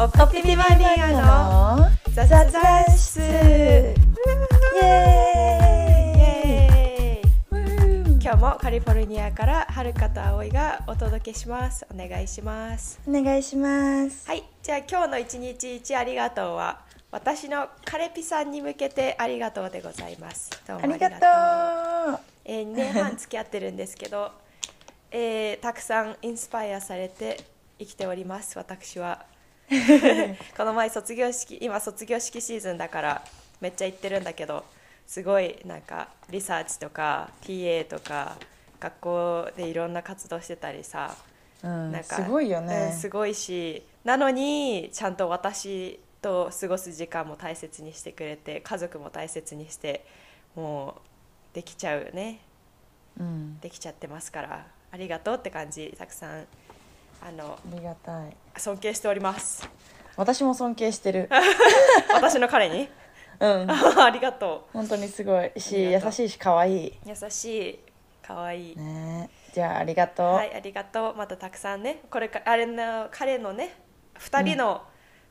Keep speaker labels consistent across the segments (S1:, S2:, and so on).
S1: オプティミマリアのザザザスイエーイ今日もカリフォルニアからはるかと葵がお届けしますお願いします
S2: お願いします
S1: はいじゃあ今日の一日一ありがとうは私のカレピさんに向けてありがとうでございますどうも
S2: ありがとう
S1: えー、2年半付き合ってるんですけど、えーたくさんインスパイアされて生きております 私はこの前卒業式今卒業式シーズンだからめっちゃ行ってるんだけどすごいなんかリサーチとか PA とか学校でいろんな活動してたりさ
S2: うん
S1: なんか
S2: すごいよね、
S1: うんすごいしなのにちゃんと私と過ごす時間も大切にしてくれて家族も大切にしてもうできちゃうね
S2: うん
S1: できちゃってますからありがとうって感じたくさんあの
S2: ありがたい
S1: 尊敬しております
S2: 私も尊敬して る
S1: 私の彼に
S2: うん
S1: ありがと
S2: 本当にすごいし
S1: ありがと
S2: 優
S1: う
S2: しいし可愛いう
S1: 優しい可愛い
S2: ねじゃあありがとう、
S1: はいありがとうまたたくさんねこれかあれの彼のね2人の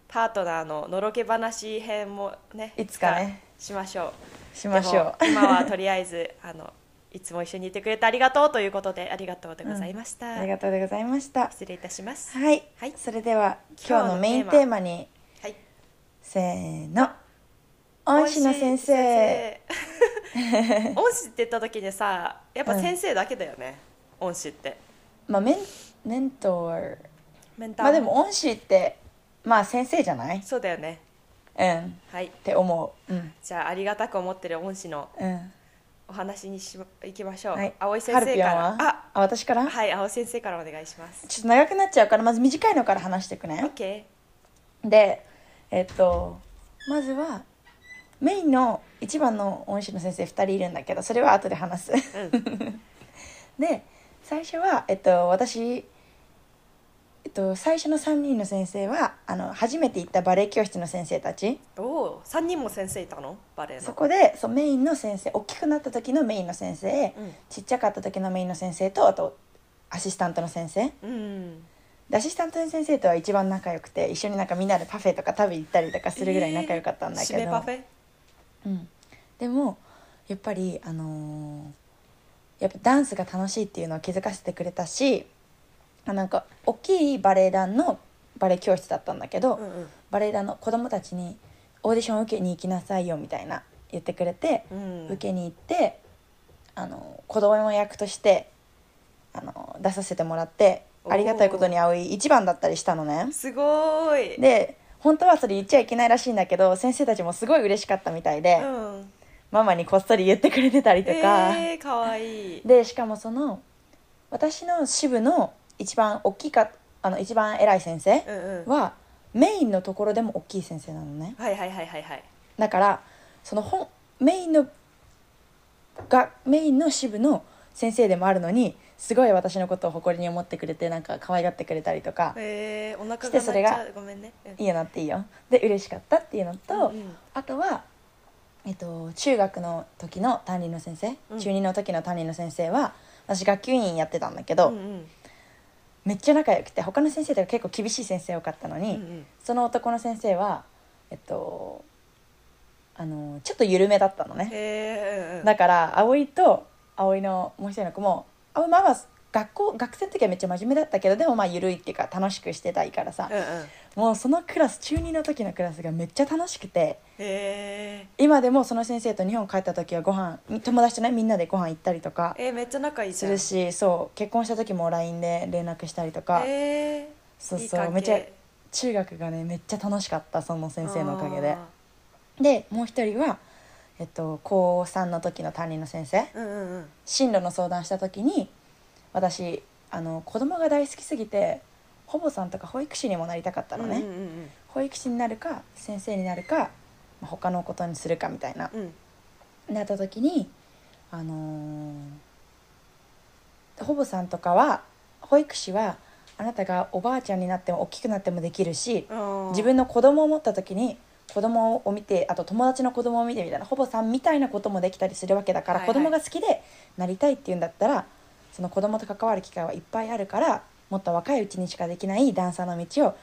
S1: パートナーののろけ話編もね、
S2: いつかね
S1: いつかしましょう
S2: しましょ
S1: でも 今はとりあえず あのいつも一緒にいてくれてありがとうということでありがとうでございまし
S2: う
S1: た、
S2: ありがとうございました
S1: 失礼いたします
S2: はい、
S1: はい
S2: それでは
S1: 今
S2: 今
S1: 日の
S2: 日のメインテーマに
S1: はい
S2: せーの恩師の先生
S1: 恩師恩師って言った時にさやっぱ先生だけだよね、恩師って
S2: まあメンメントー
S1: メンター
S2: まあでも恩師ってまあ先生じゃない
S1: そうだよね
S2: うんっ
S1: はい
S2: て思ううん
S1: じゃあありがたく思ってる恩師の
S2: うん
S1: お話にしいきましょう、
S2: はい
S1: 葵先
S2: はる
S1: 生
S2: ぴ
S1: か
S2: ょん
S1: ら
S2: は
S1: あ
S2: あ私から、
S1: はい葵先生からお願いします
S2: ちょっと長くなっちゃうからまず短いのから話していくね
S1: OK
S2: でえっとまずはメインの一番の恩師の先生2人いるんだけどそれは後で話す
S1: うん
S2: で最初はえっと私えっと最初の3人の先生はあの初めて行ったバレエ教室の先生たち
S1: おお3人も先生いたのバレエの
S2: そこでそうメインの先生大きくなった時のメインの先生
S1: うん
S2: ちっちゃかった時のメインの先生とあとアシスタントの先生
S1: うん
S2: でアシスタントの先生とは一番仲良くて一緒になんかみんなでパフェとか食べに行ったりとかするぐらい仲良かったんだけど、
S1: 締めパフェ
S2: うん、でもやっぱり、あのーやっぱダンスが楽しいっていうのを気づかせてくれたしあなんか大きいバレエ団のバレエ教室だったんだけど、
S1: うんうん
S2: バレエ団の子供たちにオーディション受けに行きなさいよみたいな言ってくれて、
S1: うん
S2: 受けに行ってあの子供の役としてあの出させてもらって
S1: おー
S2: ありがたいことに葵一番だったりしたのね。
S1: すごーい
S2: で本当はそれ言っちゃいけないらしいんだけど先生たちもすごい嬉しかったみたいで、
S1: うん
S2: ママにこっそり言ってくれてたりとか、
S1: えー、かわいい
S2: でしかもその私の支部の一番大きいかあの一番偉い先生
S1: うんうん
S2: はメインのところでも大きい先生なのね。
S1: はいはいはいはいはい
S2: だからその本メインのがメインの支部の先生でもあるのにすごい私のことを誇りに思ってくれてなんか可愛がってくれたりとか
S1: えー、お腹
S2: し
S1: が鳴っち
S2: てそれが
S1: ゃうごめんね、うん
S2: いいよなっていいよで嬉しかったっていうのと、
S1: うんうん
S2: あとは、えっと、中学の時の担任の先生、
S1: うん
S2: 中2の時の担任の先生は私学級委員やってたんだけど、
S1: うんうん
S2: めっちゃ仲良くて他の先生とか結構厳しい先生多かったの
S1: う
S2: に、
S1: んうん
S2: その男の先生はえっとあのちょっと緩めだったのね。
S1: へえ
S2: だから葵と葵のもう一人の子も葵まあまあ学校学生の時はめっちゃ真面目だったけどでもまあ緩いっていうか楽しくしてたいからさ
S1: うんうんへ
S2: もうそのクラス中2の時のクラスがめっちゃ楽しくて
S1: え
S2: 今でもその先生と日本帰った時はご飯友達とねみんなでご飯行ったりとか
S1: えー、めっちゃ仲いいじ
S2: す
S1: ゃん
S2: るしそう結婚した時も LINE で連絡したりとか
S1: へえ
S2: そう
S1: いい
S2: そ
S1: 関
S2: う
S1: 係
S2: めっちゃ中学がねめっちゃ楽しかったその先生のおかげで
S1: あ
S2: でもう一人は、えっと、高3の時の担任の先生
S1: ーうんうんうん
S2: 進路の相談した時に私あの子供が大好きすぎて保母さんとか保育士にもなりたかったのね、
S1: うんうん
S2: 保育士になるか先生になるか、まあ、他のことにするかみたいな
S1: うんうん
S2: なった時にあのー保母さんとかは保育士はあなたがおばあちゃんになっても大きくなってもできるし
S1: うん
S2: 自分の子供を持った時に子供を見てあと友達の子供を見てみたいなほぼさんみたいなこともできたりするわけだから、
S1: はいはい
S2: 子供が好きでなりたいっていうんだったらその子供と関わる機会はいっぱいあるからもっと若いうちにしかできないダンサーの道を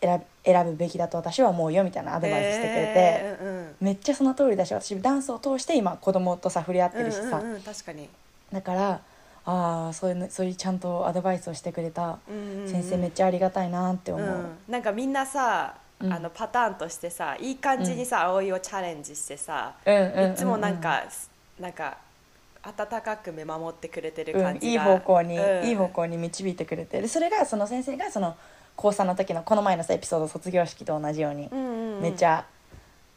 S2: 選ぶ選ぶべきだと私は思うよみたいなアドバイスしてくれて、
S1: えーうんうん
S2: めっちゃその通りだし私ダンスを通して今子供とさ触れ合ってるしさ、
S1: うんうんうん、確かに、
S2: だからああそういうのそういうちゃんとアドバイスをしてくれた
S1: うんうんうん
S2: 先生めっちゃありがたいなって思う、
S1: うん、なんかみんなさ、
S2: うん
S1: あのパターンとしてさいい感じにさ、葵をチャレンジしてさ、
S2: うんうんうんうん
S1: いつもなんか、なんか温かく見守ってくれてる
S2: うん
S1: 感
S2: い
S1: じ
S2: い
S1: が、
S2: 方向に、
S1: うん
S2: いい方向に導いてくれてでそれがその先生がその高3の時のこの前のさエピソード卒業式と同じように、
S1: うんうんうん、
S2: めっちゃ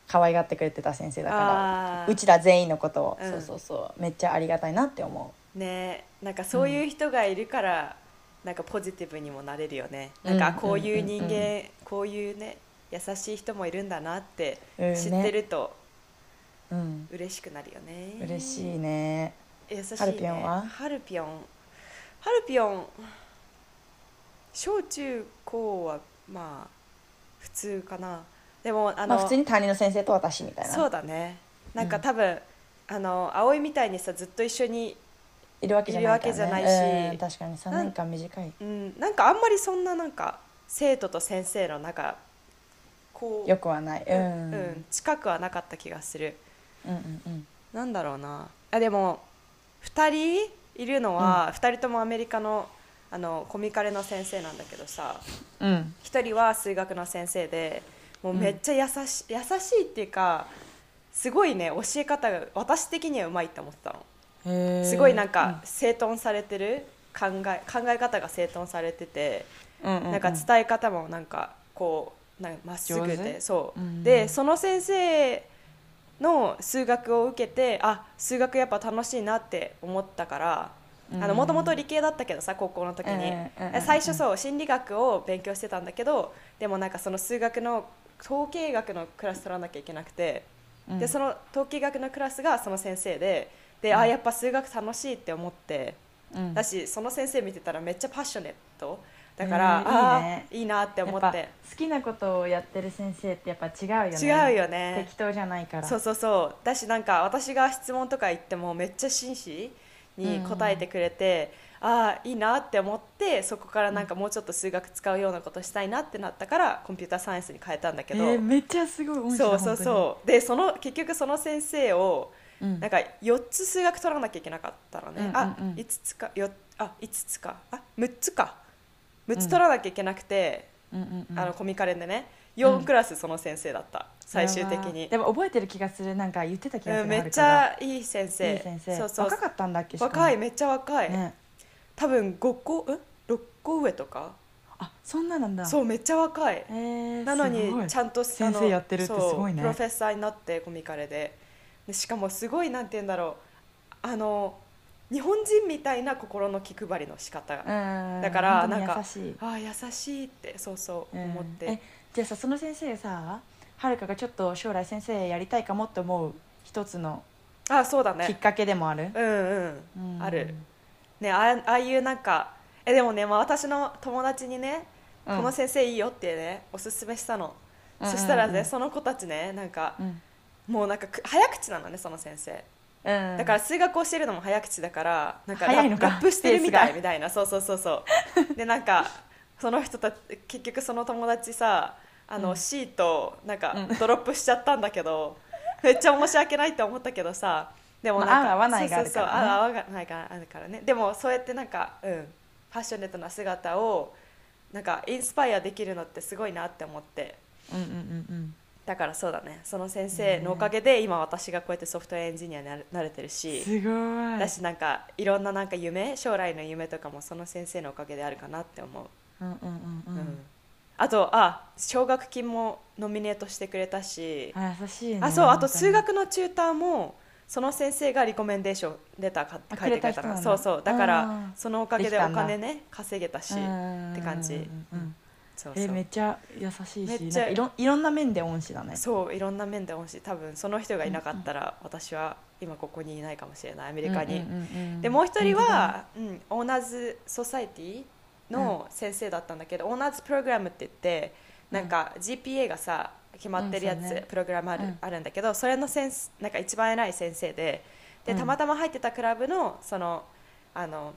S2: 可愛がってくれてた先生だか
S1: あ
S2: ら
S1: ー
S2: うちら全員のことを、
S1: うん
S2: そうそうそうめっちゃありがたいなって思
S1: ねなんかそういう人がいるから、なんかポジティブにもなれるよね、
S2: うん
S1: なんかこういう人間、
S2: うんうんう
S1: こういうね優しい人もいるんだなって
S2: うんね
S1: 知ってると
S2: ううん
S1: 嬉しくなるよね、
S2: 嬉しいね
S1: 優しい、ね、
S2: ハルピョンは
S1: ハルピョンハルピョン小中高はまあ普通かなでもあ
S2: ま
S1: の、
S2: あ普通に担任の先生と私みたいな
S1: そうだねなんか
S2: うん
S1: 多分、あの葵みたいにさずっと一緒に
S2: いるわけじゃないから、ね、
S1: いるわけじゃないし
S2: うん確かに3年間短い
S1: うん、なんかあんまりそんななんか生徒と先生のなんかこう
S2: よくはない、う、
S1: うんんうん、近くはなかった気がする
S2: うんうんうん
S1: なんだろうなあでも2人いるのは、2人ともアメリカのあのコミカレの先生なんだけどさ
S2: うん
S1: 1人は数学の先生でもうめっちゃ優し,、優しいっていうかすごいね教え方が私的にはうまいって思ってたの。
S2: へー
S1: すごいなんか整頓されてる考え考え方が整頓されてて
S2: うんうんうん
S1: なんか伝え方もなんかこうなんかまっすぐ
S2: 上手
S1: でそう、
S2: うん
S1: でその先生の数学を受けてあ数学やっぱ楽しいなって思ったから
S2: うん
S1: もともと理系だったけどさ高校の時に、
S2: うんうんうん
S1: 最初そう心理学を勉強してたんだけどでもなんかその数学の統計学のクラス取らなきゃいけなくて。
S2: うん
S1: でその統計学のクラスがその先生でで、
S2: う
S1: あ
S2: ん
S1: やっぱ数学楽しいって思って
S2: うん
S1: だしその先生見てたらめっちゃパッショネットだから、
S2: ねえ
S1: あ
S2: いいね
S1: ーいいなって思
S2: や
S1: っ
S2: ぱ
S1: て
S2: 好きなことをやってる先生ってやっぱ違うよ
S1: 違
S2: ね
S1: うよね
S2: 適当じゃないから
S1: そうそうそうだしなんか私が質問とか言ってもめっちゃ真摯に答えてくれて、ああいいなって思ってそこからなんかもうちょっと数学使うようなことしたいなってなったからコンピューターサイエンスに変えたんだけど、
S2: えーめっちゃすごい面
S1: そ
S2: 白
S1: う
S2: い
S1: そうそうでその結局その先生を
S2: う、うん、
S1: なんか4つ数学取らなきゃいけなかったのね、
S2: うん
S1: あ
S2: うんうん
S1: 5つかよあ5つかあ6つか6つ取らなきゃいけなくて、
S2: うんうんうん
S1: あのコミカレンでね4クラスその先生だった、最終的
S2: やば
S1: に
S2: い、でも覚えてる気がするなんか言ってた気がする、
S1: うん、めっち
S2: はる
S1: ゃいい先
S2: かが
S1: 生
S2: いい先生
S1: そうそう
S2: 若かったんだっけしかも
S1: 若いめっちゃ若い、
S2: ね
S1: 多分5個うん6個上とか
S2: あそんななんだ
S1: そうめっちゃ若い
S2: えー、
S1: なの
S2: すごい
S1: にちゃんと
S2: 先生
S1: あの
S2: やってるってすごいね
S1: そうプロフェッサーになってコミカレででしかもすごいなんて言うんだろうあの日本人みたいな心の気配りの仕方が、
S2: うん
S1: だから
S2: 本当に
S1: なんか
S2: 優しい
S1: ああ優しいってそうそう
S2: うん
S1: 思って、
S2: えじゃあさその先生がさはるかがちょっと将来先生やりたいかもって思う一つの
S1: ああそうだ
S2: きっ
S1: ね
S2: かけでもある、
S1: うんう
S2: う
S1: ん、
S2: ん
S1: あるねああああいうなんかえでもね、まあ、私の友達にね、
S2: うん
S1: この先生いいよってねおすすめしたの、
S2: うんうんうん
S1: そしたらねその子たちねなんか、
S2: うん
S1: もうなんかく早口なのねその先生
S2: だ
S1: だから数学を教えるのも早口だからなんかラ
S2: 早いのか
S1: ラップしてるみた
S2: ペース
S1: い
S2: が
S1: みたいなそうそうそうそうでなんかその人たち結局その友達さあの、
S2: うん
S1: C となんか
S2: うん
S1: ドロップしちゃったんだけど、めっちゃ申し訳ないって思ったけどさでもなんか、
S2: まあ合う合わないがあるからね
S1: そうそうそう合う合わないがあるからねでもそうやってなんかうんファッショネットな姿をなんかインスパイアできるのってすごいなって思って
S2: うんうんうん
S1: だからそうだねその先生のおかげで今私がこうやってソフトウェアエンジニアになれなれてる
S2: うん
S1: し
S2: すごい
S1: だしなんかいろんななんか夢将来の夢とかもその先生のおかげであるかなって思う、
S2: うんうんう
S1: うん
S2: うんん
S1: あとあ奨学金もノミネートしてくれたし
S2: あ優しいね
S1: あそうあ
S2: 本
S1: と
S2: 当に
S1: 数学のチューターもその先生がリコメンデーションレターか
S2: あ
S1: 書いてくれた
S2: くれた人な
S1: の
S2: の
S1: そうそうだか
S2: あ
S1: ら
S2: ー
S1: そのおかげ
S2: で
S1: で
S2: きた
S1: お
S2: んだ
S1: 金ね稼げたし
S2: うん
S1: って感じ
S2: うんうんうん
S1: そうそ
S2: え
S1: う
S2: めっちゃ優しい
S1: めっ
S2: し
S1: ち
S2: なん
S1: ゃ
S2: かいろんいろんな面で恩師だね
S1: そういろんな面で恩師多分その人がいなかったら私は今ここにいないかもしれないアメリカに。
S2: うんうんんん
S1: でもう一人は、うん、オーナーズ・ソサイティの先生だったんだけど、オーナーズ・プログラムって言ってなんか GPA がさ決まってるや
S2: う
S1: つ、
S2: んそうね
S1: プログラムある,、
S2: うん
S1: あるんだけどそれの先生なんか一番偉い先生でで
S2: うん
S1: たまたま入ってたクラブのそのあの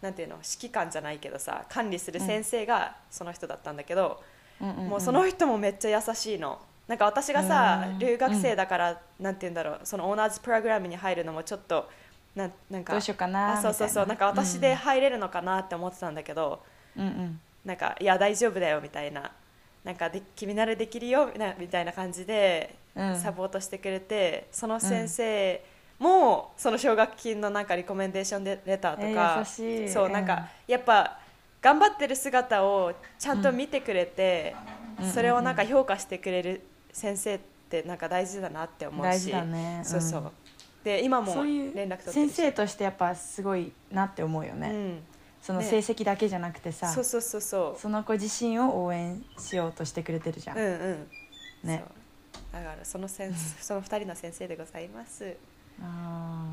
S1: なんていうの指揮官じゃないけどさ管理する先生がその人だったんだけど、
S2: うんうんん
S1: もうその人もめっちゃ優しいのなんか私がさ
S2: うん
S1: 留学生だから、なんて言うんだろうそのオーナーズプログラムに入るのもちょっとなんなんか
S2: どうしようかな
S1: あそうそうそうなんか私で入れるのかなって思ってたんだけど、
S2: うんうん
S1: なんか「いや大丈夫だよ」みたいな「なんかで君ならできるよ」みたいなみたいな感じで
S2: うん
S1: サポートしてくれて、その先生もその奨学金のなんかリコメンデーションでレターとか、
S2: えー優しい
S1: そう
S2: うん
S1: なんか、やっぱ頑張ってる姿をちゃんと見てくれて、
S2: うん
S1: それをなんか評価してくれる先生ってなんか大事だなって思うし
S2: 大事だねうん
S1: そうそうで今も
S2: そう
S1: 連
S2: い
S1: 絡取
S2: う
S1: ってるし
S2: 先生としてやっぱすごいなって思うよ
S1: う
S2: ね、
S1: ん、
S2: その
S1: ね
S2: 成績だけじゃなくてさ、
S1: そうそうそうそう
S2: その子自身を応援しようとしてくれてるじゃん、
S1: うんうん
S2: ね
S1: そうだからその先その二人の先生でございます
S2: あ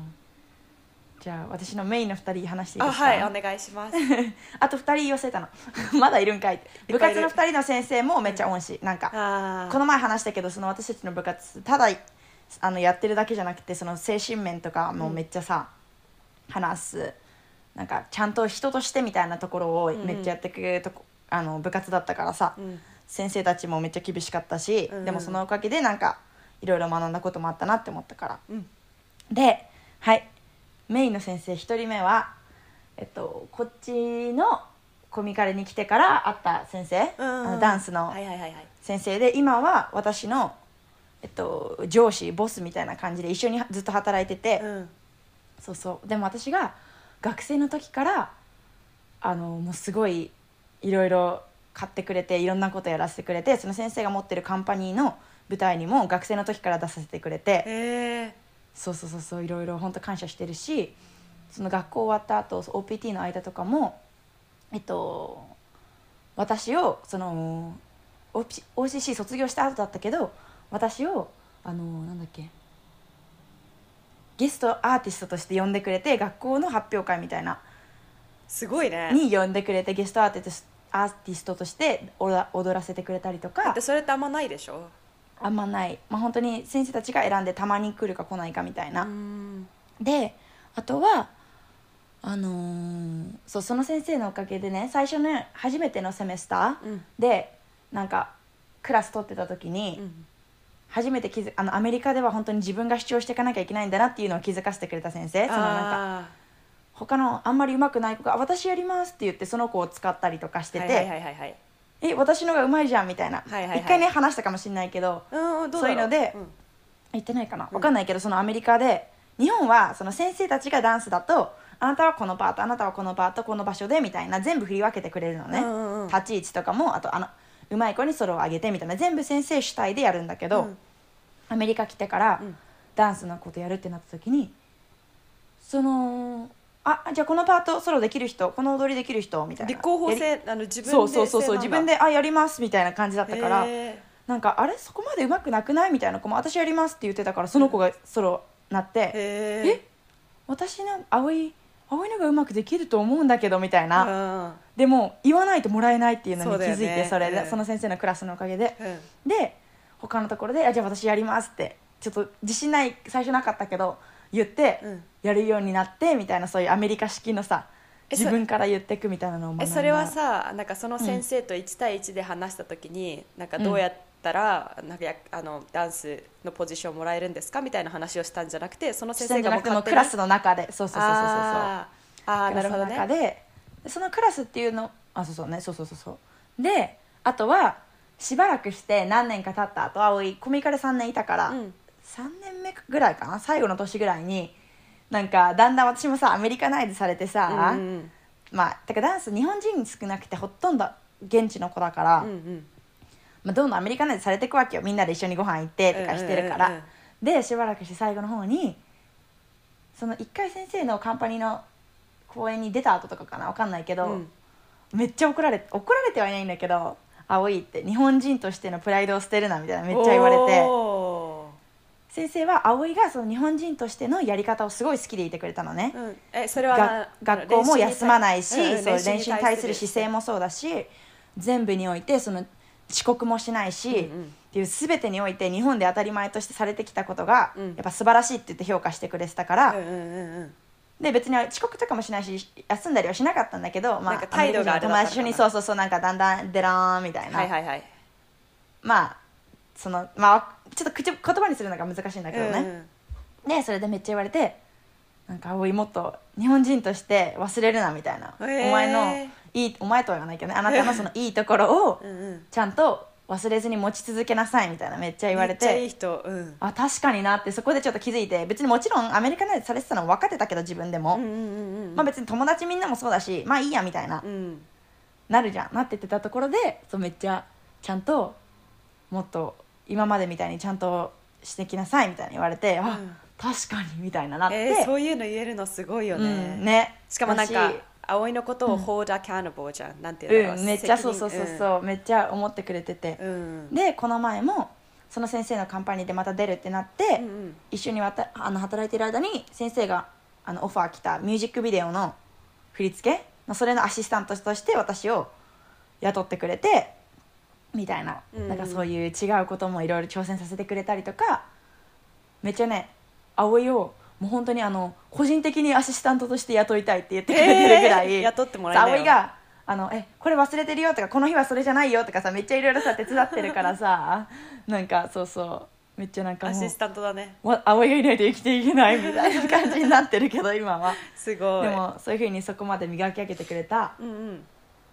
S2: ーじゃあ私のメインの2人話していい
S1: あ
S2: ですか
S1: はいお願いします
S2: あと2人言い忘れたの まだいるんかいって
S1: いっ
S2: 部
S1: ぱいい
S2: 活
S1: る
S2: の2人の先生もめっちゃ恩師、なんか
S1: あ
S2: この前話したけどその私たちの部活ただあのやってるだけじゃなくてその精神面とかもめっちゃさ、話すなんかちゃんと人としてみたいなところを
S1: んうん
S2: めっちゃやってくれるとこ、あの部活だったからさ、
S1: うん
S2: 先生たちもめっちゃ厳しかったし、
S1: うんうん
S2: でもそのおかげでなんかいろいろ学んだこともあったなって思ったから
S1: うん
S2: ではいメインの先生1人目は、えっと、こっちのコミカルに来てから会った先生、
S1: うん
S2: あのダンスの
S1: はいはいはいはい
S2: 先生で今は私の、えっと、上司ボスみたいな感じで一緒にずっと働いてて、
S1: うん
S2: そうそうでも私が学生の時からあのもうすごいいろいろ買ってくれていろんなことやらせてくれてその先生が持ってるカンパニーの舞台にも学生の時から出させてくれて
S1: え
S2: そうそうそうそういろいろ本当感謝してるしその学校終わった後 OPT の間とかもえっと私をその OP OCC 卒業した後だったけど私をあのなんだっけゲストアーティストとして呼んでくれて学校の発表会みたいな
S1: すごいね
S2: に呼んでくれてゲストアーティストアーティストとして踊ら踊らせてくれたりと
S1: だ
S2: か
S1: ってそれってあんまないでしょ
S2: あんまない、まあ本当に先生たちが選んでたまに来るか来ないかみたいな。
S1: うん
S2: であとはあのーそうその先生のおかげでね最初の初めてのセメスタ
S1: う
S2: ー
S1: ん
S2: で、なんかクラス取ってた時に、
S1: うん
S2: 初めて気づあのアメリカでは本当に自分が主張していかなきゃいけないんだなっていうのを気づかせてくれた先生そのなんか
S1: あ
S2: 他のあんまりうまくない子があ「私やります」って言ってその子を使ったりとかし
S1: ー
S2: てて「
S1: はいはいはいはい
S2: え私のがうまいじゃん」みたいな、
S1: はいはいはい
S2: 一回ね話したかもしれないけど
S1: うんうんどう
S2: そ
S1: だろ
S2: ういうので
S1: ん
S2: 言ってないかな
S1: うん
S2: わかんないけど、そのアメリカで日本はその先生たちがダンスだとあなたはこのパートあなたはこのパートこの場所でみたいな全部振り分けてくれるのね、
S1: うんうんうん
S2: 立ち位置とかもあとあのうまい子にソロを上げてみたいな全部先生主体でやるんだけど、
S1: うん
S2: アメリカ来てから
S1: うん
S2: ダンスのことやるってなった時にそのあじゃあこのパートソロできる人この踊りできる人みたいな
S1: 立候補
S2: やり
S1: 制あの自分で
S2: そうそうそうそう自
S1: 制な
S2: 分
S1: んだ
S2: であやりますみたいな感じだったから。
S1: へ
S2: なんかあれそこまでうまくなくないみたいな子も私やりますって言ってたからその子がソロなって
S1: え
S2: え私の葵葵のがうまくできると思うんだけどみたいな、
S1: あ
S2: でも言わないともらえないっていう
S1: そ
S2: のに
S1: うだ
S2: 気
S1: よ
S2: づ
S1: ね
S2: いてそれで、
S1: うん
S2: その先生のクラスのおかげで、
S1: うん
S2: で他のところであ「じゃあ私やります」ってちょっと自信ない最初なかったけど言って、
S1: うん
S2: やるようになってみたいなそういうアメリカ式のさ
S1: えそ
S2: 自分から言ってくみたいなのを学んだ
S1: えそれはさなんかその先生と1対1で話した時に、なんかどうやったら、なんかやあのダンスのポジションもらえるんですかみたいな話をしたんじゃなくてその先
S2: した
S1: 生
S2: んじ
S1: が
S2: ゃな
S1: もう
S2: くても
S1: 勝
S2: う
S1: 手
S2: ク
S1: に
S2: ラスの中でそうそうそうそうそう
S1: あーあーなるほど
S2: クラスの中
S1: ね
S2: でそのクラスっていうのあそうそうねそうそうそうそうであとはしばらくして何年か経った後葵コミカル3年いたから、
S1: うん
S2: 3年目ぐらいかな最後の年ぐらいになんかだんだん私もさアメリカナイズされてさ、
S1: うんうん
S2: まあてかダンス日本人少なくてほとんど現地の子だから、
S1: うんうん
S2: まあ、どんどんアメリカナイズされていくわけよみんなで一緒にご飯行ってとかしてるから、
S1: うんうん
S2: でしばらくして最後の方にその一回先生のカンパニーの公演に出た後とかかなわかんないけど、
S1: うん
S2: めっちゃ怒られ怒られてはいないんだけど「葵って日本人としてのプライドを捨てるな」みたいなめっちゃ言われて
S1: お
S2: 先生は葵がその日本人としてのやり方をすごい好きでいてくれたのね
S1: ー、うん、えそれは
S2: が
S1: な
S2: 学校も休まないし、
S1: うんうん
S2: そう練習に対する姿勢もそうだし全部においてその遅刻もしないし、
S1: うんうん
S2: っていう全てにおいて日本で当たり前としてされてきたことが、
S1: うん
S2: やっぱ素晴らしいって言って評価してくれてたから、
S1: うんうんうんうん
S2: で別に遅刻とかもしないし休んだりはしなかったんだけど、ま
S1: なんか態度があれだ
S2: ア
S1: ったのか
S2: メ
S1: な
S2: リカ人の友達と一緒にそうそうそうなんかだんだんデラーンみたいな、
S1: はいはいはい
S2: まあそのまあちょっと口言葉にするのが難しいんだけどね、でそれでめっちゃ言われてなんか葵もっと日本人として忘れるなみたいな、
S1: へー
S2: お前のいいお前とは言わないけどねあなたのそのいいところを
S1: うんうんうん
S2: ちゃんと忘れずに持ち続けなさいみたいなめっちゃ言われて
S1: めっちゃいい人うん
S2: あ確かになってそこでちょっと気づいて別にもちろんアメリカ内でされてたの分かってたけど自分でも、
S1: うんうんうんうん
S2: まあ別に友達みんなもそうだしまあいいやみたいな、
S1: うん
S2: なるじゃんなってってたところでそうめっちゃちゃんともっと今までみたいにちゃんとしてきなさいみたいに言われて、あ
S1: うん
S2: 確かにみたいななって、
S1: えーそういうの言えるのすごいよね,、
S2: うんね
S1: しかもなんか
S2: だし
S1: 葵のことを hold accountable じゃんなんていうの
S2: うん、めっちゃそうそうそうそう、めっちゃ思ってくれてて、
S1: うん
S2: でこの前もその先生のカンパニーでまた出るってなって、
S1: うんうん
S2: 一緒にわたあの働いてる間に先生があのオファー来たミュージックビデオの振り付けのそれのアシスタントとして私を雇ってくれてみたいな,、
S1: うん
S2: なんかそういう違うこともいろいろ挑戦させてくれたりとかめっちゃね葵をもう本当にあの個人的にアシスタントとして雇いたいって言ってくれてるぐらい、
S1: えー雇ってもらえたよ
S2: さ葵があのえこれ忘れてるよとかこの日はそれじゃないよとかさめっちゃいろいろさ手伝ってるからさなんかそうそうめっちゃなんか
S1: ア
S2: もう
S1: シスタントだね
S2: わ葵がいないと生きていけないみたいな感じになってるけど今は
S1: すごい
S2: でもそういうふうにそこまで磨き上げてくれた
S1: うんうん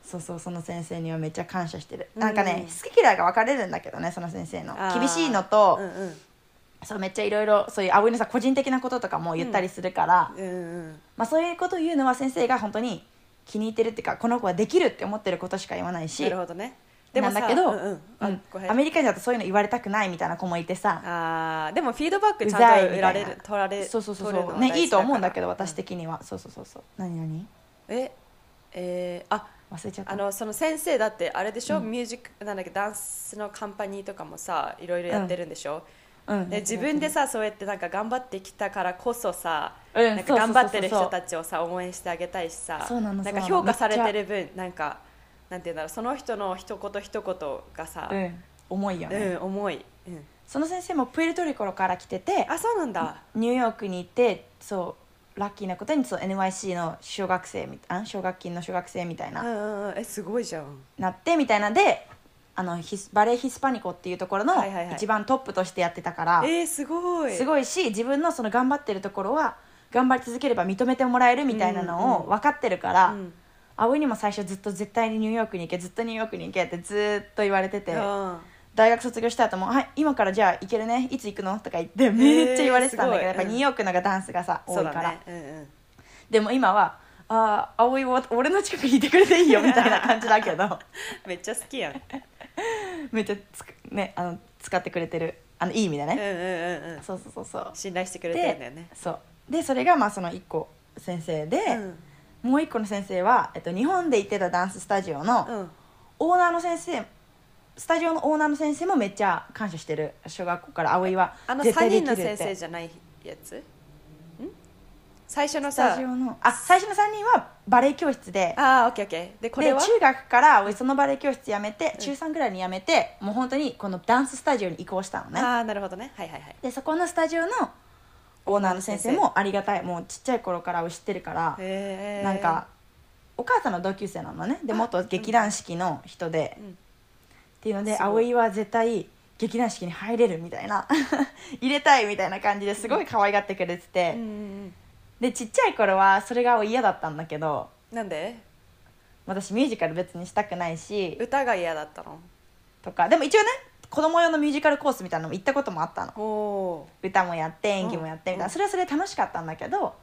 S2: そうそうその先生にはめっちゃ感謝してる、
S1: うん
S2: なんかね好き嫌いが分かれるんだけどねその先生の
S1: あー
S2: 厳しいのと、
S1: うんうん
S2: そうめっちゃいろいろそういう葵のさ個人的なこととかも言ったりするから、
S1: うんうん
S2: まあ、そういうことを言うのは先生が本当に気に入ってるっていうかこの子はできるって思ってることしか言わないし
S1: なるほどね
S2: なんだけど、
S1: うんうんあ
S2: うん
S1: ごめん
S2: アメリカ人だとそういうの言われたくないみたいな子もいてさ
S1: あーでもフィードバック
S2: う
S1: ちゃ
S2: ざい
S1: ん
S2: み
S1: と
S2: たいな
S1: 得られる取られ
S2: そうそうそう
S1: 取るの
S2: そう
S1: は
S2: ね
S1: 大
S2: い
S1: 事
S2: いと思うんだけど
S1: から
S2: 私的には、そうそうそうそう何何
S1: うんええーあ
S2: 忘れちゃった
S1: あのその先生だってあれでしょ、ミュージックなんだっけダンスのカンパニーとかもさいろいろやってるんでし
S2: う
S1: ょ、
S2: ん
S1: で自分でさそうやってなんか頑張ってきたからこそさ、
S2: うん
S1: なん
S2: そ
S1: か
S2: うそうそうそう
S1: 頑張ってる人たちをさ応援してあげたいしさ
S2: そうなの
S1: ん
S2: そうな
S1: か
S2: の
S1: 評価されてる分なんかなんていうんだろうその人の一言一言がさ、
S2: うん重いよね、
S1: うん重い、うん、
S2: その先生もプエルトリコから来てて
S1: あそうなんだ、
S2: ニューヨークに行ってそうラッキーなことにそう NYC の奨学生みあ奨学金の奨学生みたいな、
S1: うんうんうん、えすごいじゃん
S2: なってみたいなであのヒスバレエ・ヒスパニコっていうところの
S1: はいはいはい
S2: 一番トップとしてやってたから、
S1: えー、すごい
S2: すごいし自分のその頑張ってるところは頑張り続ければ認めてもらえるみたいなの
S1: うん
S2: を分かってるから、
S1: うん
S2: 葵にも最初ずっと絶対にニューヨークに行けずっとニューヨークに行けってずっと言われてて、
S1: うん
S2: 大学卒業した後も「はい今からじゃあ行けるねいつ行くの?」とか言ってめっちゃ言われてたんだけど、
S1: え
S2: や
S1: ーすごい
S2: っぱニューヨークのがダンスがさ、
S1: そ
S2: 多
S1: う
S2: いか
S1: だ
S2: ら、
S1: ねうんうん
S2: でも今は「ああ葵は俺の近くにいてくれていい よ」みたいな感じだけど
S1: めっちゃ好きやん
S2: めっちゃつく、ね、あの使ってくれてるあのいい意味で
S1: うんう
S2: ね、
S1: んうんうん
S2: そうそうそうそう
S1: 信頼してくれてるんだよ
S2: で
S1: ね
S2: そうでそれがまあその1個先生で、もう1個の先生は、えっと、日本で行ってたダンススタジオの、
S1: うんうん
S2: オーナーの先生スタジオのオーナーの先生もめっちゃ感謝してる小学校から葵は
S1: あの
S2: 絶
S1: 3
S2: 対でき
S1: 人
S2: る
S1: の
S2: って
S1: 先生じゃないやつん最初の
S2: ス
S1: さ
S2: タジオのあ最初の3人はバレエ教室で
S1: ああオッケーオッケーでこれは
S2: で中学から葵そのバレエ教室辞めて、中3ぐらいに辞めてもう本当にこのダンススタジオに移行したのね
S1: ああなるほどねはいはいはい
S2: でそこのスタジオのオーナーの先生もありがたいもうちっちゃい頃からを知ってるから、
S1: へえ
S2: なんかお母さんの同級生なのねで元劇団四季の人で、
S1: うん
S2: っていうのです
S1: ごい
S2: 葵は絶対劇団四季に入れるみたいな 入れたいみたいな感じですごい可愛がってくれてて、
S1: うんうん
S2: でちっちゃい頃はそれが嫌だったんだけど
S1: うんなんで
S2: 私ミュージカル別にしたくないし
S1: 歌が嫌だったの
S2: とかでも一応ね子供用のミュージカルコースみたいなのも行ったこともあったの
S1: おお
S2: 歌もやって演技もやってみたいな、
S1: うん
S2: それはそれで楽しかったんだけど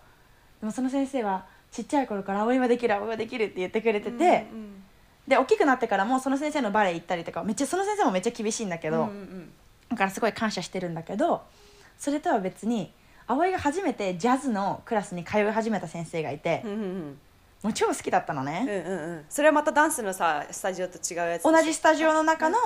S2: でもその先生はちっちゃい頃から「葵はできる葵はできる」って言ってくれてて、
S1: うん
S2: で大きくなってからもその先生のバレエ行ったりとかめっちゃその先生もめっちゃ厳しいんだけ
S1: うんう
S2: ど、
S1: んうん
S2: だからすごい感謝してるんだけどそれとは別に葵が初めてジャズのクラスに通い始めた先生がいて、
S1: うんうんうん
S2: もう超好きだったの
S1: うん
S2: ね、
S1: うんうんそれはまたダンスのさスタジオと違うやつ
S2: 同じスタジオの中の、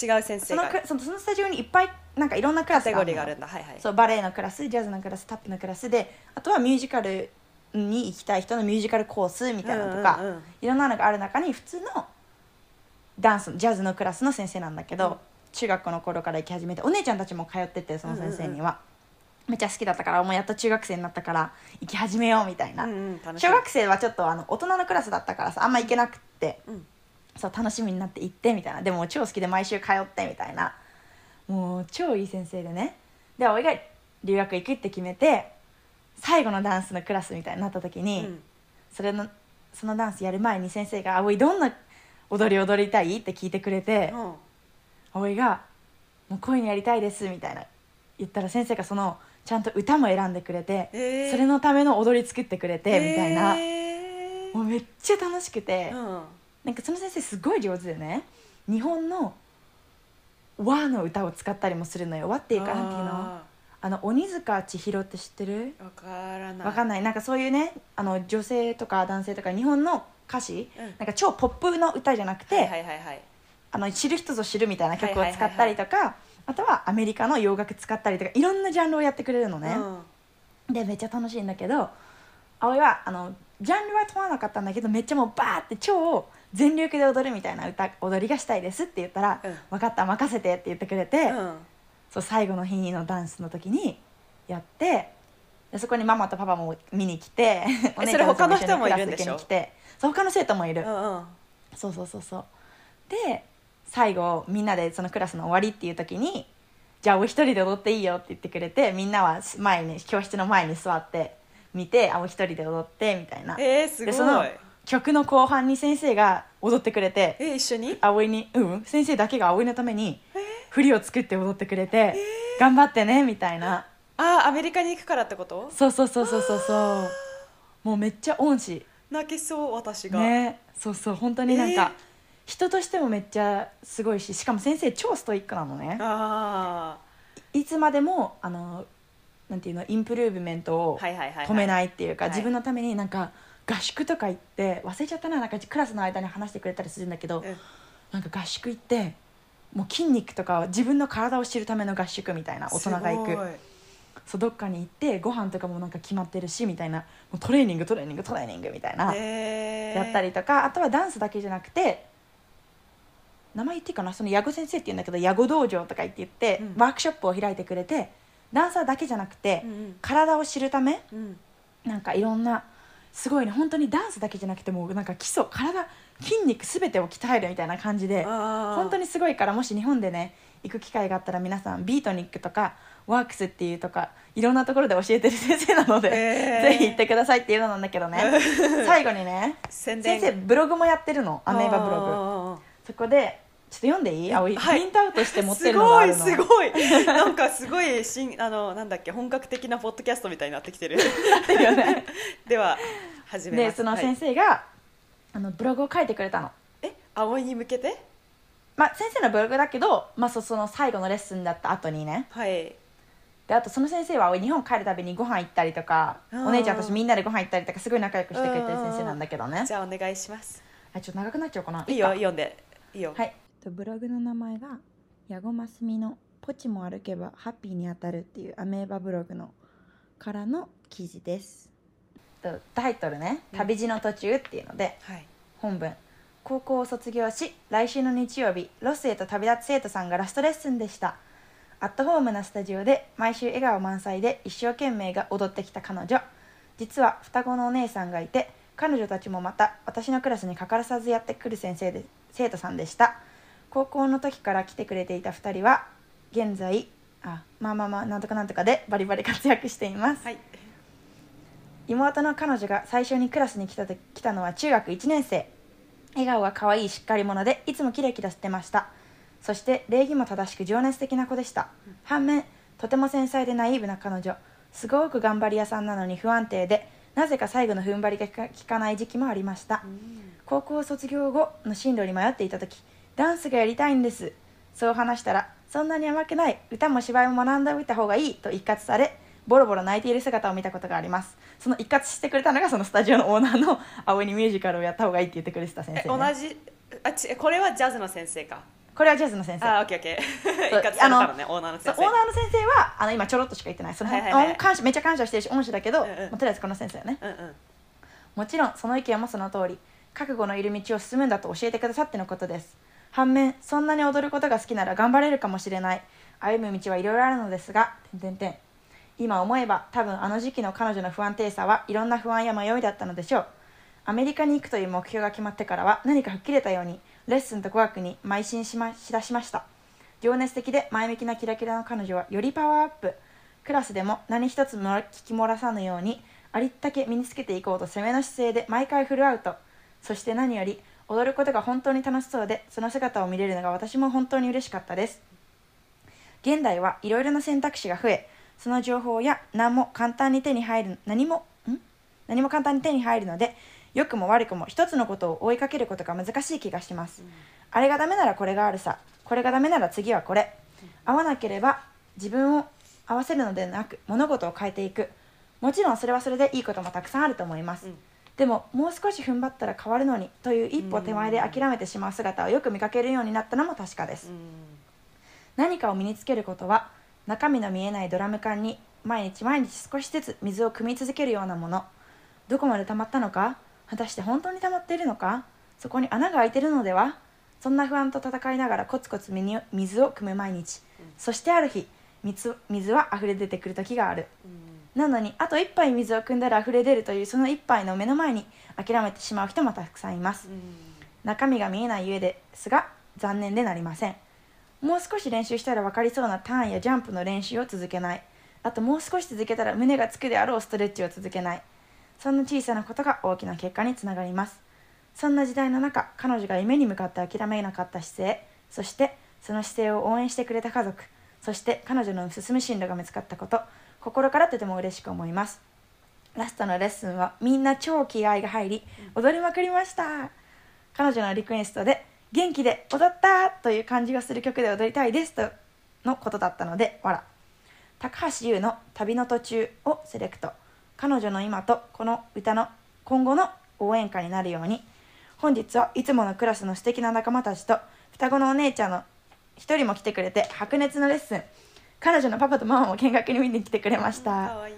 S1: 違う先生
S2: その
S1: が
S2: クそのそのスタジオにいっぱいなんかいろんなクラ
S1: カ
S2: ス
S1: テ
S2: があ
S1: ゴ
S2: る
S1: リ
S2: の
S1: ーがあるんだはいはい
S2: そうバレエのクラスジャズのクラスタップのクラスであとはミュージカルに行きたい人のミュージカルコースみたいなのとか、
S1: うんうんうん
S2: いろんなのがある中に普通のダンスジャズのクラスの先生なんだけど、
S1: うん
S2: 中学校の頃から行き始めてお姉ちゃんたちも通っててその先生には、めっちゃ好きだったからもうやっと中学生になったから行き始めようみたいな、
S1: うんうん楽しい
S2: 小学生はちょっとあの大人のクラスだったからさあんま行けなくって
S1: うん
S2: そう楽しみになって行ってみたいなでも超好きで毎週通ってみたいなもう超いい先生でねで葵が留学行くって決めて最後のダンスのクラスみたいになった時に、それのそのダンスやる前に先生が「葵どんな踊り踊りたい?」って聞いてくれて
S1: うん
S2: 葵が「もうこういうのやりたいです」みたいな言ったら先生がそのちゃんと歌も選んでくれて、
S1: えー
S2: それのための踊り作ってくれて、みたいな
S1: えー
S2: もうめっちゃ楽しくて、
S1: うん
S2: なんかその先生すごい上手でね日本の和の歌を使ったりもするのよ和っていうかなんていうの
S1: あ
S2: あの鬼塚千尋って知ってる
S1: ーわからない
S2: わかん
S1: ない
S2: ないなんかそういうねあの女性とか男性とか日本の歌詞、
S1: うん
S2: なんか超ポップの歌じゃなくて、
S1: はいはいはいはい
S2: あの知る人ぞ知るみたいな曲を
S1: はいはい
S2: 使
S1: はいはい
S2: ったりとか、あとはアメリカの洋楽使ったりとかいろんなジャンルをやってくれるのね、
S1: うん
S2: でめっちゃ楽しいんだけど葵はあのジャンルは問わなかったんだけどめっちゃもうバーって超全力で踊るみたいな歌踊りがしたいですって言ったら「
S1: うん
S2: 分かった任せて」って言ってくれて、
S1: うん
S2: そう最後の日のダンスの時にやってでそこにママとパパも見に来 てお姉ちゃんたち一緒に
S1: それ他の人もいるんでし
S2: クラス受
S1: ょ
S2: けに来てそう他の生徒もいる、
S1: うんうん
S2: そうそうそうそうで最後みんなでそのクラスの終わりっていう時に「じゃあお一人で踊っていいよ」って言ってくれてみんなは前に教室の前に座って見て「あお一人で踊って」みたいな
S1: えー、す
S2: でその
S1: ごい
S2: 曲の後半に先生が踊ってくれて
S1: えー、一緒に
S2: 葵にうん先生だけが葵のために振りを作って踊ってくれて「頑張ってね」みたいな
S1: あーアメリカに行くからってこと
S2: そうそうそうそうそうそうもうめっちゃ恩師
S1: 泣けそう私が、
S2: ねそうそう本当になんか、人としてもめっちゃすごいししかも先生超ストイックなのね
S1: あ
S2: いつまでもあのなんていうのインプルーブメント
S1: あ
S2: を
S1: はいはいはい、はい、
S2: 止め
S1: い
S2: ないっていうか、
S1: はい
S2: 自分のためになんか合宿とか行って忘れちゃったななんかクラスの間に話してくれたりするんだけど、なんか合宿行ってもう筋肉とかは自分の体を知るための合宿みたいな大人が行くそうどっかに行ってご飯とかもなんか決まってるしみたいなもうトレーニングトレーニングトレーニングみたいな。
S1: えー、
S2: やったりとかあとはダンスだけじゃなくて名前言っていいかなその矢後先生って言うんだけど矢後道場とか言って言って、
S1: うん
S2: ワークショップを開いてくれてダンサーだけじゃなくて、
S1: うん
S2: 体を知るため
S1: うんうん
S2: なんかいろんなすごいね本当にダンスだけじゃなくてもうなんか基礎体筋肉全てを鍛えるみたいな感じで
S1: 本
S2: 本当にすごいからもし日本でね行く機会があったら皆さんビートニックとかワークスっていうとかいろんなところで教えてる先生なので、
S1: えー
S2: ぜひ行ってくださいっていうのなんだけどね 最後にね
S1: 宣
S2: 先
S1: 伝
S2: 生ブログもやってるのアメーバブログ
S1: ロ
S2: そこでちょっと読んでいい葵、
S1: はい
S2: プリントアウトして持って
S1: す
S2: るのがあ
S1: ごい
S2: るの
S1: す ごいなんかすごい新 あのなんだっけ本格的なポッドキャストみたいになって きてる
S2: っていうね
S1: では始め
S2: で
S1: ます
S2: その先
S1: 生、
S2: 生が、あのブログを書いてくれたの
S1: はい、え葵に向けて
S2: まあ先生のブログだけど、まあ、そその最後のレッスンだった後にね
S1: はい
S2: であとその先生は葵日本帰るたびにご飯行ったりとか
S1: うん
S2: お姉ちゃんたちみんなでご飯行ったりとかすごい仲良くしてくれてる先生なんだけどね
S1: じゃあお願いします
S2: あちょっと長くなっちゃうかない
S1: いよ読んでいいよ、
S2: はい、ブログの名前が「矢後ますみのポチも歩けばハッピーに当たる」っていうアメーバブログのからの記事ですとタイトルね「
S1: うん
S2: 旅路の途中」っていうので
S1: はい、
S2: 本文高校を卒業し来週の日曜日ロスへと旅立つ生徒さんがラストレッスンでしたアットホームなスタジオで毎週笑顔満載で一生懸命が踊ってきた彼女実は双子のお姉さんがいて彼女たちもまた私のクラスに欠かさずやってくる先生で生徒さんでした高校の時から来てくれていた2人は現在あまあまあまあなんとかなんとかでバリバリ活躍しています
S1: はい、
S2: 妹の彼女が最初にクラスに来たと来たのは中学1年生笑顔が可愛いしっかり者でいつもキラキラしてましたそして礼儀も正しく情熱的な子でした反面とても繊細でナイーブな彼女すごく頑張り屋さんなのに不安定でなぜか最後の踏ん張りが効か効かない時期もありました高校卒業後の進路に迷っていた時ダンスがやりたいんですそう話したらそんなに甘くない歌も芝居も学んでおいた方がいいと一括されボロボロ泣いている姿を見たことがありますその一括してくれたのがそのスタジオのオーナーの 青にミュージカルをやった方がいいって言ってくれてた先
S1: え
S2: 生、
S1: 同
S2: ね、
S1: じあちこれはジャズの先生か
S2: これはジャズの先生
S1: あーオッケーオッケー 一
S2: そう
S1: 括されたのねオーナーの
S2: そ
S1: 先
S2: うオー
S1: 生
S2: ナーの先生はあの今ちょろっとしか言ってないその、
S1: はいはいはい
S2: 恩感謝めっちゃ感謝してるし恩師だけど、
S1: うんうん
S2: まあとりあえずこの先生よね
S1: うんうん
S2: もちろんその意見もその通り覚悟のいる道を進むんだと教えてくださってのことです反面そんなに踊ることが好きなら頑張れるかもしれない歩む道はいろいろあるのですが点々今思えば多分あの時期の彼女の不安定さはいろんな不安や迷いだったのでしょうアメリカに行くという目標が決まってからは何か吹っ切れたようにレッスンと語学に邁進しましだしました情熱的で前向きなキラキラの彼女はよりパワーアップクラスでも何一つもら聞き漏らさぬようにありったけ身につけていこうと攻めの姿勢で毎回フルアウトそして何より踊ることが本当に楽しそうでその姿を見れるのが私も本当に嬉しかったです現代はいろいろな選択肢が増えその情報や何も簡単に手に入る何もん何も簡単に手に入るので良くも悪くも一つのことを追いかけることが難しい気がします、あれがダメならこれがあるさこれがダメなら次はこれ合わなければ自分を合わせるのでなく物事を変えていくもちろんそれはそれでいいこともたくさんあると思います、
S3: うん
S2: でももう少し踏ん張ったら変わるのにという一歩手前で諦めてしまう姿をよく見かけるようになったのも確かです、何かを身につけることは中身の見えないドラム缶に毎日毎日少しずつ水を汲み続けるようなものどこまで溜まったのか果たして本当に溜まっているのかそこに穴が開いてるのではそんな不安と戦いながらコツコツ身に水を汲む毎日そしてある日水水は溢れ出てくる時があるなのにあと一杯水を汲んだら溢れ出るというその一杯の目の前に諦めてしまう人もたくさんいます中身が見えないゆえですが残念でなりませんもう少し練習したら分かりそうなターンやジャンプの練習を続けないあともう少し続けたら胸がつくであろうストレッチを続けないそんな小さなことが大きな結果につながりますそんな時代の中彼女が夢に向かって諦めなかった姿勢そしてその姿勢を応援してくれた家族そして彼女の進む進路が見つかったこと心からとても嬉しく思いますラストのレッスンはみんな超気合が入り踊りまくりました彼女のリクエストで「元気で踊った!」という感じがする曲で踊りたいですとのことだったのでわら高橋優の「旅の途中」をセレクト彼女の今とこの歌の今後の応援歌になるように本日はいつものクラスの素敵な仲間たちと双子のお姉ちゃんの一人も来てくれて白熱のレッスン彼女のパパとママも見学に見に来てくれました、
S1: 可愛い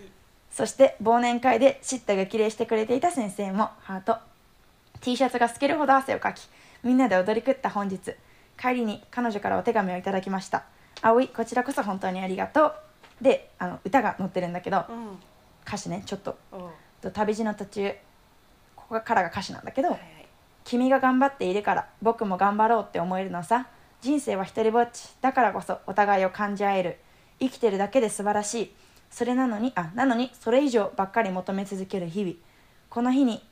S2: そして忘年会で叱咤激励してくれていた先生もハート T シャツが透けるほど汗をかきみんなで踊り食った本日帰りに彼女からお手紙をいただきました「葵こちらこそ本当にありがとう」であの歌が載ってるんだけど
S1: うん
S2: 歌詞ねちょっと
S1: おうは
S2: と旅路の途中ここからが歌詞なんだけど、
S1: いはい
S2: 君が頑張っているから僕も頑張ろうって思えるのさ人生は一人ぼっちだからこそお互いを感じ合える生きてるだけで素晴らしいそれなのにあなのにそれ以上ばっかり求め続ける日々この日に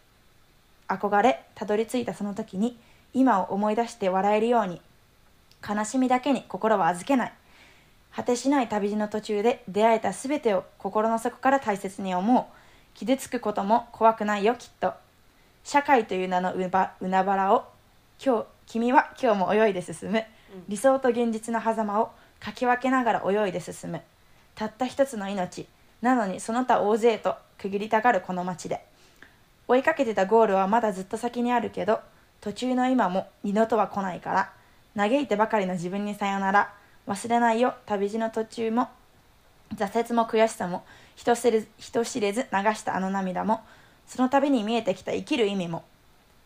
S2: 憧れたどり着いたその時に今を思い出して笑えるように悲しみだけに心は預けない果てしない旅路の途中で出会えた全てを心の底から大切に思う傷つくことも怖くないよきっと社会という名のうば海原を今日君は今日も泳いで進む理想と現実の狭間をかき分けながら泳いで進むたった一つの命なのにその他大勢と区切りたがるこの街で追いかけてたゴールはまだずっと先にあるけど途中の今も二度とは来ないから嘆いてばかりの自分にさよなら忘れないよ旅路の途中も挫折も悔しさも人知れず人知れず流したあの涙もその度に見えてきた生きる意味も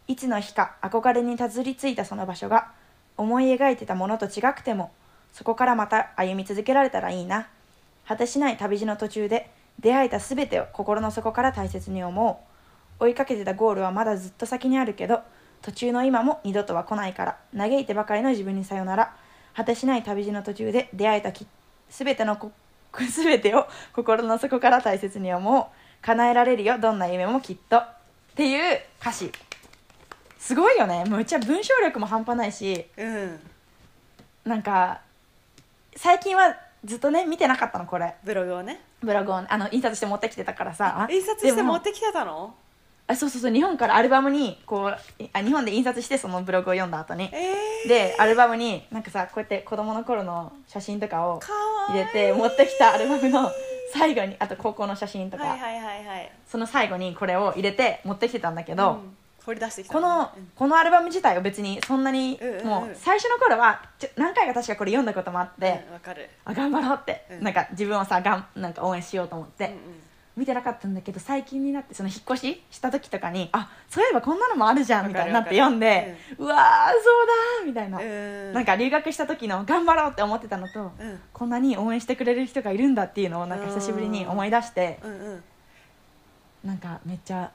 S2: いつの日か憧れにたずりついたその場所が思い描いてたものと違くてもそこからまた歩み続けられたらいいな果てしない旅路の途中で出会えた全てを心の底から大切に思う追いかけてたゴールはまだずっと先にあるけど途中の今も二度とは来ないから嘆いてばかりの自分にさよなら果てしない旅路の途中で出会えたき全てのこ 全てを心の底から大切に思う叶えられるよどんな夢もきっとっていう歌詞すごいよねむっちゃ文章力も半端ないし
S3: うん
S2: なんか最近はずっとね見てなかったのこれ
S3: ブログをね
S2: ブログをあの印刷して持ってきてたからさ
S3: 印刷して
S2: でも
S3: 持ってきてたの
S2: あそうそうそう日本からアルバムにこういあ日本で印刷してそのブログを読んだ後に
S3: ええ
S2: でアルバムになんかさこうやって子供の頃の写真とかを
S3: かわ
S2: 入
S3: いい
S2: れて持ってきたアルバムの最後にあと高校の写真とか、
S3: はいはいはいはい
S2: その最後にこれを入れて持ってきてたんだけど、
S3: うん掘り出してきた
S2: こ
S3: う
S2: の
S3: ん
S2: このアルバム自体を別にそんなに
S3: うんうんうん
S2: もう最初の頃はちょ何回か確かこれ読んだこともあって
S3: うんわかる
S2: あ頑張ろうって
S3: うん
S2: なんか自分をさがんなんか応援しようと思っ
S3: う
S2: て
S3: んうん
S2: 見てなかったんだけど最近になってその引っ越しした時とかにあそういえばこんなのもあるじゃんみたいになって
S3: わか
S2: 読ん
S3: るわかる
S2: でうわーそうだーみたいな
S3: うん
S2: なんか留学した時の頑張ろうって思ってたのと
S3: うん
S2: こんなに応援してくれる人がいるんだっていうのをなんか久しぶりに思い出して
S3: うんうん
S2: なんかめっちゃ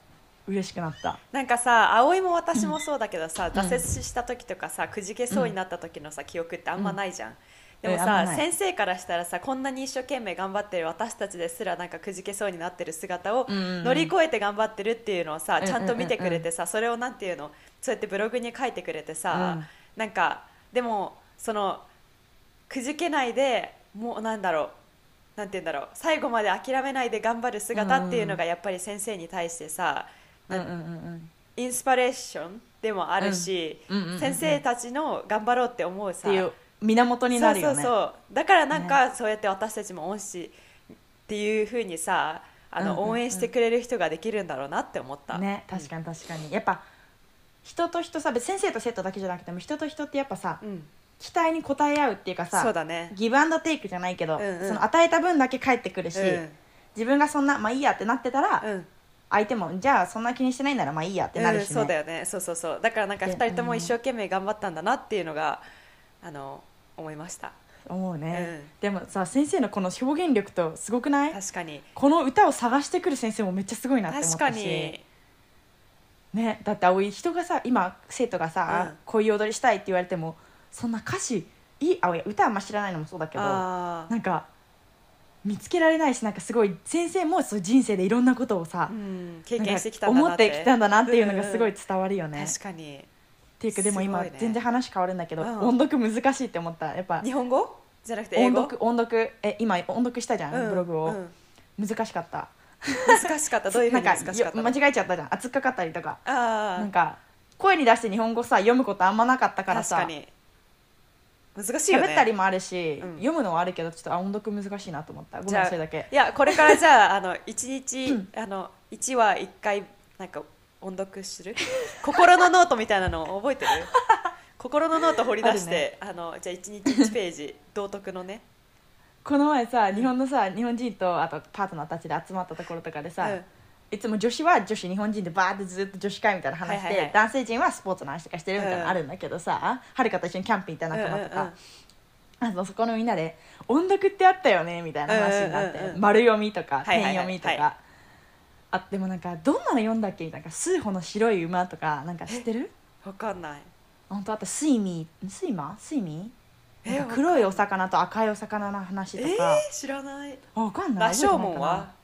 S2: 嬉しくなった
S1: なんかさ葵も私もそうだけどさ、挫折した時とかさくじけそうになった時のさ、記憶ってあんまないじゃん、でも
S2: うんあ
S1: さ
S2: んまない
S1: 先生からしたらさこんなに一生懸命頑張ってる私たちですらなんかくじけそうになってる姿を
S2: うんうんうん
S1: 乗り越えて頑張ってるっていうのを
S2: う
S1: さ、
S2: んうん
S1: ち
S2: うん
S1: ゃ
S2: うん
S1: んと見てくれてさ、それをなんていうのそうやってブログに書いてくれてさ、
S2: うん
S1: なんかでもそのくじけないでもうなんだろうなんて言うんだろう最後まで諦めないで頑張る姿っていうのがやっぱり先生に対してさ、
S2: うんうんうん
S1: インスパレーションでもあるし、
S2: うんうんうんうんうん
S1: 先生たちの頑張ろうって思う
S2: っ
S1: さ
S2: ていう源になるよね
S1: そうそうそうだからなんかそうやって私たちも恩師っていう風にさあ
S2: う
S1: の、
S2: んうんうん
S1: 応援してくれる人ができるんだろうなって思った、
S2: ね確かに確かに、やっぱ人と人さ別に先生と生徒だけじゃなくても人と人ってやっぱさ、
S1: うん、
S2: 期待に応え合うっていうかさ
S1: そうだね
S2: ギブアンドテイクじゃないけど、
S1: うんうん
S2: その与えた分だけ返ってくるし、
S1: う
S2: 自分がそんなまあいいやってなってたら、
S1: ん、うん
S2: 相手もじゃあそんな気にしてないならまあいいやってなるし、ね
S1: うんそうだよねそうそうそうだからなんか
S2: で
S1: 2人とも一生懸命頑張ったんだなっていうのがあの思いました
S2: 思うね、
S1: うん
S2: でもさ先生のこの表現力とすごくない
S1: 確かに
S2: この歌を探してくる先生もめっちゃすごいなって思ったし
S1: 確かに
S2: ね、だって葵人がさ今生徒がさ、
S1: うん
S2: こういう踊りしたいって言われてもそんな歌詞いい葵歌あんま知らないのもそうだけどな
S1: あ
S2: んか見つけられないしなんかすごい先生もそう人生でいろんなことをさ
S1: あ、う、ん、
S2: な
S1: 経
S2: んか
S1: 験してきたんだな
S2: 思
S1: っ
S2: っててきたんだなっていうのがすごい伝わるよね。
S1: 確かに
S2: っていうかでも今、
S1: すごいね
S2: 全然話変わるんだけど、
S1: うん
S2: 音読難しいって思ったやっぱ
S1: 日本語じゃなくて英
S2: 音
S1: 語
S2: 読音読え今音読したじゃん、
S1: うん
S2: ブログを、
S1: うん
S2: 難しかった
S1: 難しかったどういうふうに
S2: な
S1: 難
S2: んか
S1: しかっ
S2: よ
S1: たの
S2: 間違えちゃったじゃん熱っかかったりとか
S1: あ
S2: なん
S1: あ
S2: か声に出して日本語さ読むことあんまなかったから
S1: 確
S2: さ
S1: かに難しいよね
S2: 喋ったりもあるし、
S1: うん
S2: 読むのはあるけどちょっとあ音読難しいなと思ったご
S1: じ
S2: めん
S1: ゃあ
S2: それだけ
S1: いやこれからじ ゃああの一日、あの一話一回なんか音読する 心のノートみたいなの覚 えてる心のノート掘り出してあ、のじゃあ一日一ペ ージ道徳のね
S2: この前さ日本のさ日本人とあとパートナーたちで集まったところとかでさ、
S1: うん
S2: いつも女子は女子日本人でバーってずっと女子会みたいな話して、
S1: はいはいはい
S2: 男性陣はスポーツの話とかしてるみたいなのあるんだけどさ、はるかと一緒にキャンプ行った仲間とか、
S1: うんうん
S2: あとそこのみんなで「音読ってあったよね」みたいな話になって、
S1: うんうんうん
S2: 丸読みとか
S1: はい
S2: 点
S1: はいはい
S2: 読みとか、
S1: はい
S2: あってもなんかどんなの読んだっけなんか「数歩の白い馬」とかなんか知ってる
S1: わかんない
S2: 本当あと「睡眠」「睡魔」「睡眠」
S1: え
S2: なんか黒いお魚と赤いお魚の話
S1: え
S2: とか、
S1: ー、知らない
S2: あわかんない
S1: 羅生
S2: 覚えて
S1: 門は
S2: ないかな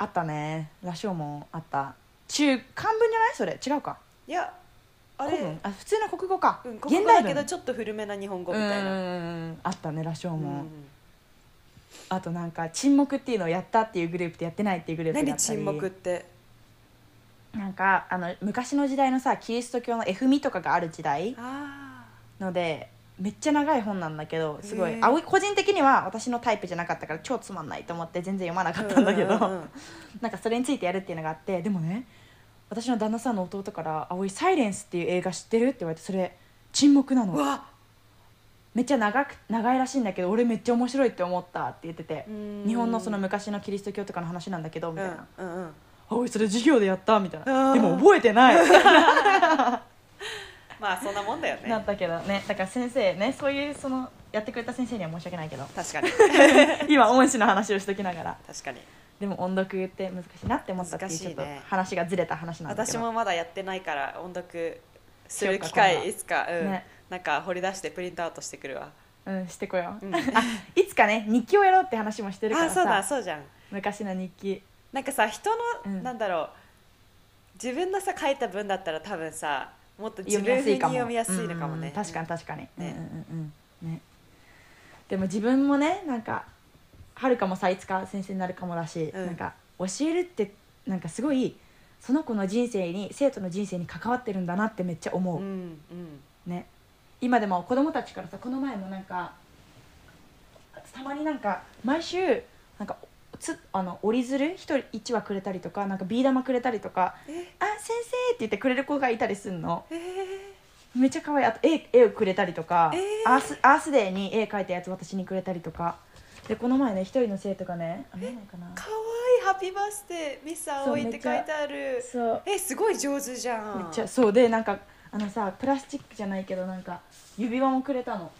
S2: あったね羅生門あった中漢文じゃないそれ違うか
S1: いやあ
S2: 古文
S1: れ、
S2: あ普通の国語か、
S1: うん、ここだけどちょっと古めな日本語みたいな、
S2: うんうんうんあったね羅生門、
S1: うん
S2: あとなんか沈黙っていうのをやったっていうグループとやってないっていうグループだ
S1: 何
S2: ったり
S1: 沈黙って
S2: なんかあの昔の時代のさキリスト教の絵踏みとかがある時代
S1: あ
S2: のでめっちゃ長い本なんだけどすご
S1: へ
S2: い
S1: ー
S2: 葵個人的には私のタイプじゃなかったから超つまんないと思って全然読まなかったんだけど、
S1: うんうんうんうん
S2: なんかそれについてやるっていうのがあってでもね私の旦那さんの弟から「葵サイレンス」っていう映画知ってるって言われてそれ沈黙な
S1: う
S2: の
S1: わ
S2: めっちゃ長く長いらしいんだけど俺めっちゃ面白いって思ったって言ってて
S1: うん
S2: 日本のその昔のキリスト教とかの話なんだけど
S1: う
S2: み
S1: ん
S2: たいな。
S1: うんうん
S2: あおいそれ授業でやったみたい
S1: あ
S2: な
S1: ー
S2: でも覚えてない
S1: まあそんなもんだよ
S2: な
S1: ね
S2: ったけどねだから先生ねそういうそのやってくれた先生には申し訳ないけど
S1: 確かに
S2: 今恩師の話をしときながら
S1: 確かに
S2: でも音読って難しいなって思ったっていう、
S1: 難し
S2: ち
S1: い
S2: ょ
S1: ね
S2: っと話がずれた話なんだけ
S1: 私
S2: ど
S1: もまだやってないから音読する機会いつか、うん
S2: ね
S1: なんか掘り出してプリントアウトしてくるわ
S2: うんしてこよう、
S1: うん
S2: あいつかね日記をやろうって話もしてるか
S1: あ
S2: ら
S1: そうだ
S2: さ
S1: そうじゃん
S2: 昔の日記
S1: なんかさ人の、
S2: うん
S1: なんだろう自分のさ書いた文だったら多分さもっと自
S2: 読
S1: 分
S2: みやすい
S1: 風に
S2: かも
S1: 読みやすいのかも
S2: うんうんう
S1: ね
S2: ん確かに確かに、
S1: ね
S2: うんうんうんねでも自分もねなんかはるかもさいつか先生になるかもだし、
S1: うん
S2: なんか教えるってなんかすごいその子の人生に生徒の人生に関わってるんだなってめっちゃ思う、
S1: うんうん
S2: ね今でも子供たちからさこの前もなんかたまになんか毎週なんかつあの折り鶴一人一話くれたりとかなんかビー玉くれたりとか
S1: え
S2: 「あ先生!」って言ってくれる子がいたりすんの
S1: えー
S2: めっちゃ可愛いあと絵絵をくれたりとか、
S1: えー
S2: アースアースデーに絵描いたやつ私にくれたりとかでこの前ね一人の生徒がねあ見えないかな
S1: かわいい「ハッピーバースデーミス・アオイ」って書いてある
S2: そう
S1: えすごい上手じゃん
S2: めっちゃそうでなんかあのさプラスチックじゃないけどなんか指輪もくれたの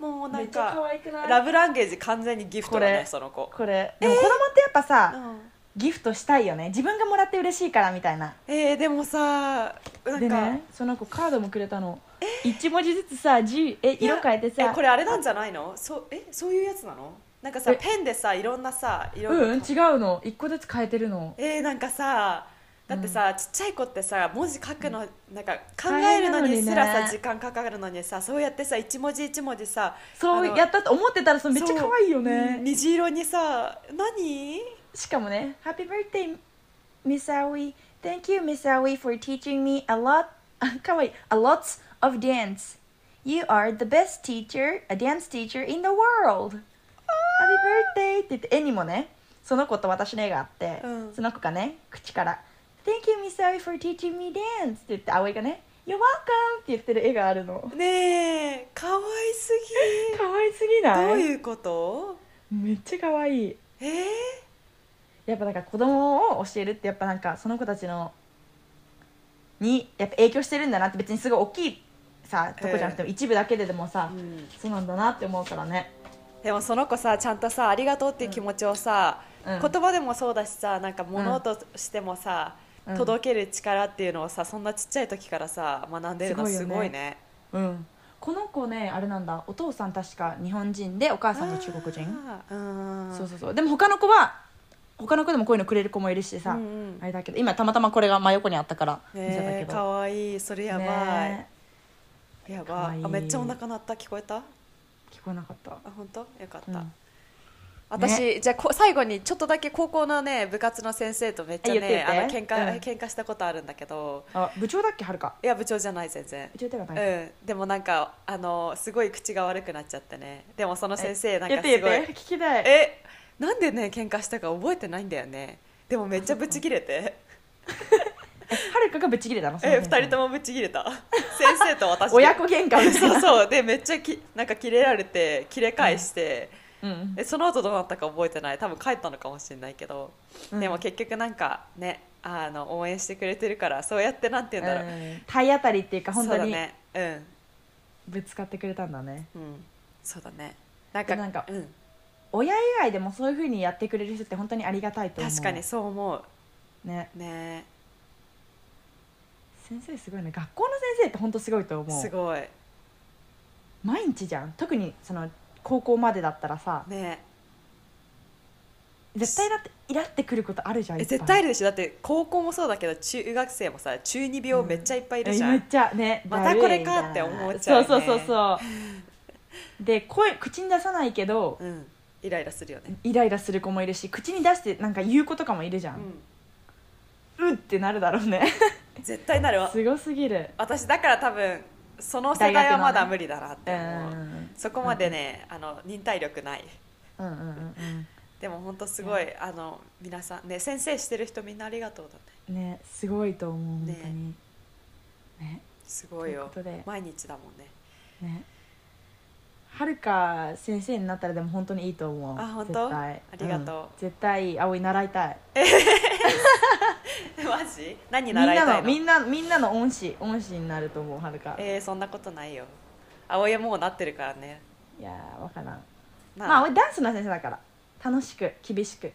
S1: もうな
S2: め
S1: ん
S2: っちゃ可
S1: か
S2: 愛くない
S1: ラブランゲージ完全にギフトだ
S2: こ
S1: ね
S2: れ
S1: その子
S2: これでも子供ってやっぱさ、
S1: うん
S2: ギフトしたいよね自分がもらって嬉しいからみたいな
S1: えー、でもさなん
S2: で
S1: か、
S2: ねその子カードもくれたの1文字ずつさ字え
S1: いや
S2: 色変えて
S1: え
S2: さ
S1: これあれなんじゃないのそうえそういうやつなのなんかさ
S2: え
S1: ペンでさいろんなさ色
S2: うん
S1: 々
S2: 違うの1個ずつ変えてるの
S1: えー、なんかさだってさ、ちっちゃい子ってさ文字書くのなんか考えるのにす
S2: 大変なの
S1: らさ、
S2: にね
S1: 時間かかるのにさそうやってさ一文字一文字さ
S2: そう
S1: あの
S2: やったと思ってたらそのめっちゃ可愛いよ
S1: う
S2: ね
S1: ん虹色にさ何
S2: しかもね「Happy birthday Miss Aoi Thank you Miss Aoi for teaching me a lot あ可愛い a lot of dance You are the best teacher a dance teacher in the world Happy birthday って言って絵にもねその子と私の絵があって、
S1: うん
S2: その子がね口から「Thank you Miss Aoi for teaching me dance」って言って葵がね「You're welcome」って言ってる絵があるの
S1: ねえかわいすぎ
S2: 可愛すぎない
S1: どういうこと
S2: めっちゃ可愛い
S1: えー、
S2: やっぱなんか子供を教えるってやっぱなんかその子たちのにやっぱ影響してるんだなって別にすごい大きいさとこじゃなくても一部だけででもさ、
S1: うん
S2: そうなんだなって思うからね
S1: でもその子さちゃんとさありがとうっていう気持ちをさ、
S2: うん
S1: 言葉でもそうだしさなんか物としてもさ、
S2: うん
S1: 届ける力っていうのをさそんなちっちゃい時からさ学んでるの
S2: す
S1: す
S2: ご
S1: ご
S2: いよ
S1: いね。
S2: うんこの子ねあれなんだお父さん確か日本人でお母さんが中国人
S1: あーうん
S2: そうそうそうでも他の子は他の子でもこういうのくれる子もいるしさ、
S1: うんうん
S2: あれだけど今たまたまこれが真横にあったから見せたけ
S1: ねえか
S2: ど、
S1: わいいそれやばい、
S2: ね
S1: や
S2: か
S1: ば
S2: わ
S1: い
S2: いい
S1: あめっちゃお腹鳴った聞こえたあ
S2: 聞こえなかった、
S1: 本当よかっ
S2: う
S1: た、
S2: ん
S1: 私、じゃあこ最後にちょっとだけ高校のね部活の先生とめっちゃ
S2: あ言って
S1: ねあの
S2: 言っ
S1: 喧
S2: て
S1: 嘩、
S2: うん
S1: 喧嘩したことあるんだけど
S2: あ部長だっけはるか
S1: いや部長じゃない全然
S2: 部長ではない、
S1: うん、でもなんかあのすごい口が悪くなっちゃってねでもその先生なんかす
S2: 言っ
S1: ご
S2: て
S1: い
S2: 言って聞きたい
S1: えなんでね喧嘩したか覚えてないんだよねでもめっちゃブチ切れ て
S2: はるかがぶち切れたの
S1: え二人と
S2: も
S1: もブチ切れた 先生と私で
S2: 親子喧嘩みたい
S1: そう
S2: な
S1: そうでめっちゃきなんか切れられて切れ返して、
S2: うん
S1: えその後どうなったか覚えてない多分帰ったのかもしれないけど、
S2: うん
S1: でも結局なんかねあの応援してくれてるからそうやってなんて言うんだろう、
S2: うん体当たりっていうか本当
S1: そう
S2: に
S1: だねうん
S2: ぶつかってくれたんだね
S1: うん、そうだねなんか
S2: でなんか
S1: うん、
S2: 親以外でもそういうふうにやってくれる人って本当にありがたいと思う
S1: 確かにそう思
S2: ね
S1: うね
S2: 先生すごいね学校の先生って本当すごいと思
S1: す
S2: う
S1: ごい
S2: 毎日じゃん特にその高校までだったらさ
S1: ね
S2: 絶対だってイラってくることあるじゃんい
S1: え
S2: っぱい
S1: 絶対いるでしょだって高校もそうだけど中学生もさ中二病めっちゃいっぱいいるじゃん、
S2: めっちゃね
S1: また
S2: だるい
S1: これかって思っちゃうよね
S2: そうそうそうそうで声口に出さないけど
S1: うん、イライラするよね、
S2: イライラする子もいるし口に出してなんか言う子とかもいるじゃん、うってなるだろうね
S1: うん、絶対なるわ
S2: すごすぎる
S1: 私だから多分その世代はまだ無理だなって
S2: うんう
S1: 思う、
S2: ん
S1: そこまでね、あの忍耐力ない
S2: うんうん
S1: でも本当すごい、あの皆さんね先生してる人みんなありがとうだね
S2: うんねすごいと思う
S1: ね
S2: 本当にね
S1: すごいよ
S2: ということで
S1: 毎日だもんね
S2: ねはるか先生になったらでも本当にいいと思う
S1: あ本当
S2: 絶対
S1: ありがとうん
S2: 絶対葵習いたい
S1: マジ何
S2: みん
S1: 習いたい
S2: な
S1: の
S2: のみんなみんなの恩師恩師になると思うはるか
S1: えー、そんなことないよ葵はもうなってるからね
S2: いやーわからん
S1: まあ、
S2: まあ葵ダンスの先生だから楽しく厳しく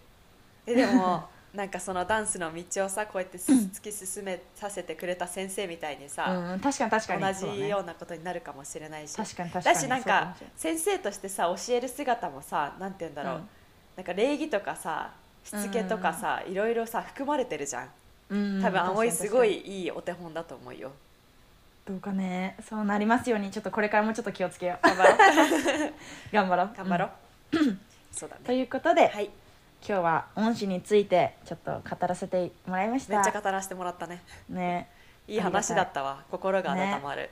S1: えでもなんかそのダンスの道をさこうやってす突き進めさせてくれた先生みたいに
S2: う
S1: さ、
S2: んうん確かに確かにそう
S1: 同
S2: だ
S1: じ
S2: ね
S1: ようなことになるかもしれないし、
S2: 確かに確か
S1: だ
S2: に
S1: しなん
S2: そうか
S1: か
S2: もしれ
S1: 先生としてさ教える姿もさなんて言うんだろう、
S2: うん
S1: なんか礼儀とかさしつけとかさ、いろいろさ含まれてるじゃん
S2: うんうん
S1: 多
S2: 確
S1: 分
S2: か
S1: 葵
S2: に
S1: すごいいいお手本だと思うよ、
S2: どうかねそうなりますようにちょっとこれからもちょっと気をつけよう
S1: 頑張ろう
S2: 頑張ろう
S1: 頑張ろう、
S2: ん
S1: そうだ
S2: と
S1: ね
S2: いうことで、
S1: はい
S2: 今日は恩師についてちょっと語らせてもらいました
S1: めっちゃ語らせてもらったね
S2: ね
S1: いい話だったわ心が温まる、
S2: ね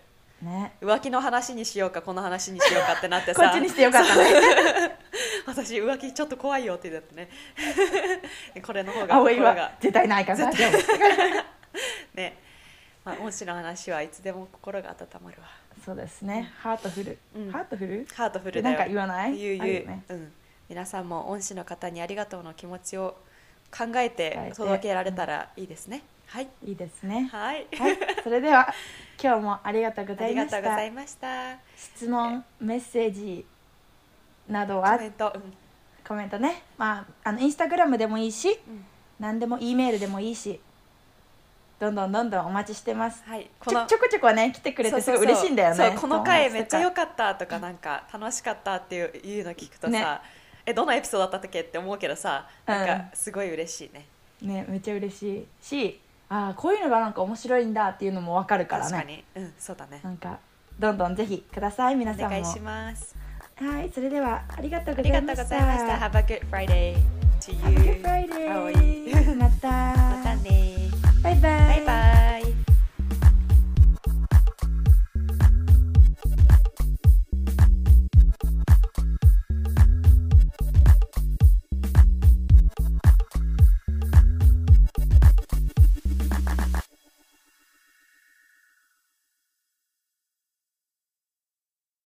S1: 浮気の話にしようかこの話にしようかってなって
S2: こ
S1: さ
S2: っちにしてよ かったね
S1: 私浮気ちょっと怖いよって言ってね これの方が
S2: 葵
S1: 心
S2: は
S1: が
S2: 絶対ないから大丈夫
S1: ね、まあ、恩師の話はいつでも心が温まるわ
S2: そうですねハートフル、
S1: うん
S2: ハートフル
S1: ハートフルだよ
S2: なんか言わない
S1: 言う
S2: ある
S1: 言う、
S2: よね
S1: うん、皆さんも恩師の方にありがとうの気持ちを考え
S2: 伝え
S1: て
S2: て
S1: 届けられたらいいですねはい
S2: いいですね
S1: はい
S2: はいそれでは今日もありがとうご
S1: あ
S2: ざい
S1: り
S2: ま
S1: が
S2: し
S1: とうござ
S2: た
S1: いました
S2: 質問メッセージなど
S1: コ
S2: は
S1: メント、うん
S2: コメントねまああのインスタグラムでもいいし、
S1: ん
S2: 何でも E メールでもいいしどんどんどんどんお待ちしてます
S1: はい
S2: ちょちょこちょこね来てくれてすごい嬉しいんだよね
S1: そうこの回めっちゃ良
S2: く
S1: かったとかなんか楽しかったっていういうの聞くとさ、
S2: ね
S1: えどのエピソードだったっけって思うけどさなんか
S2: う
S1: すごい嬉しいね、
S2: ねめっちゃ嬉しいしああこういうのがなんか面白いんだっていうのもわかるから
S1: 確か
S2: ね
S1: にうんそうだね
S2: なんかどんどんぜひください皆
S1: お
S2: さんも
S1: 願いします
S2: はいそれではありがとう
S1: あ
S2: ござ
S1: りが
S2: い
S1: と
S2: ま
S1: う
S2: した
S1: ございました Have a good Friday to
S2: Happy
S1: you 葵
S2: Friday また
S1: またね
S2: バイバイ
S1: バイバイ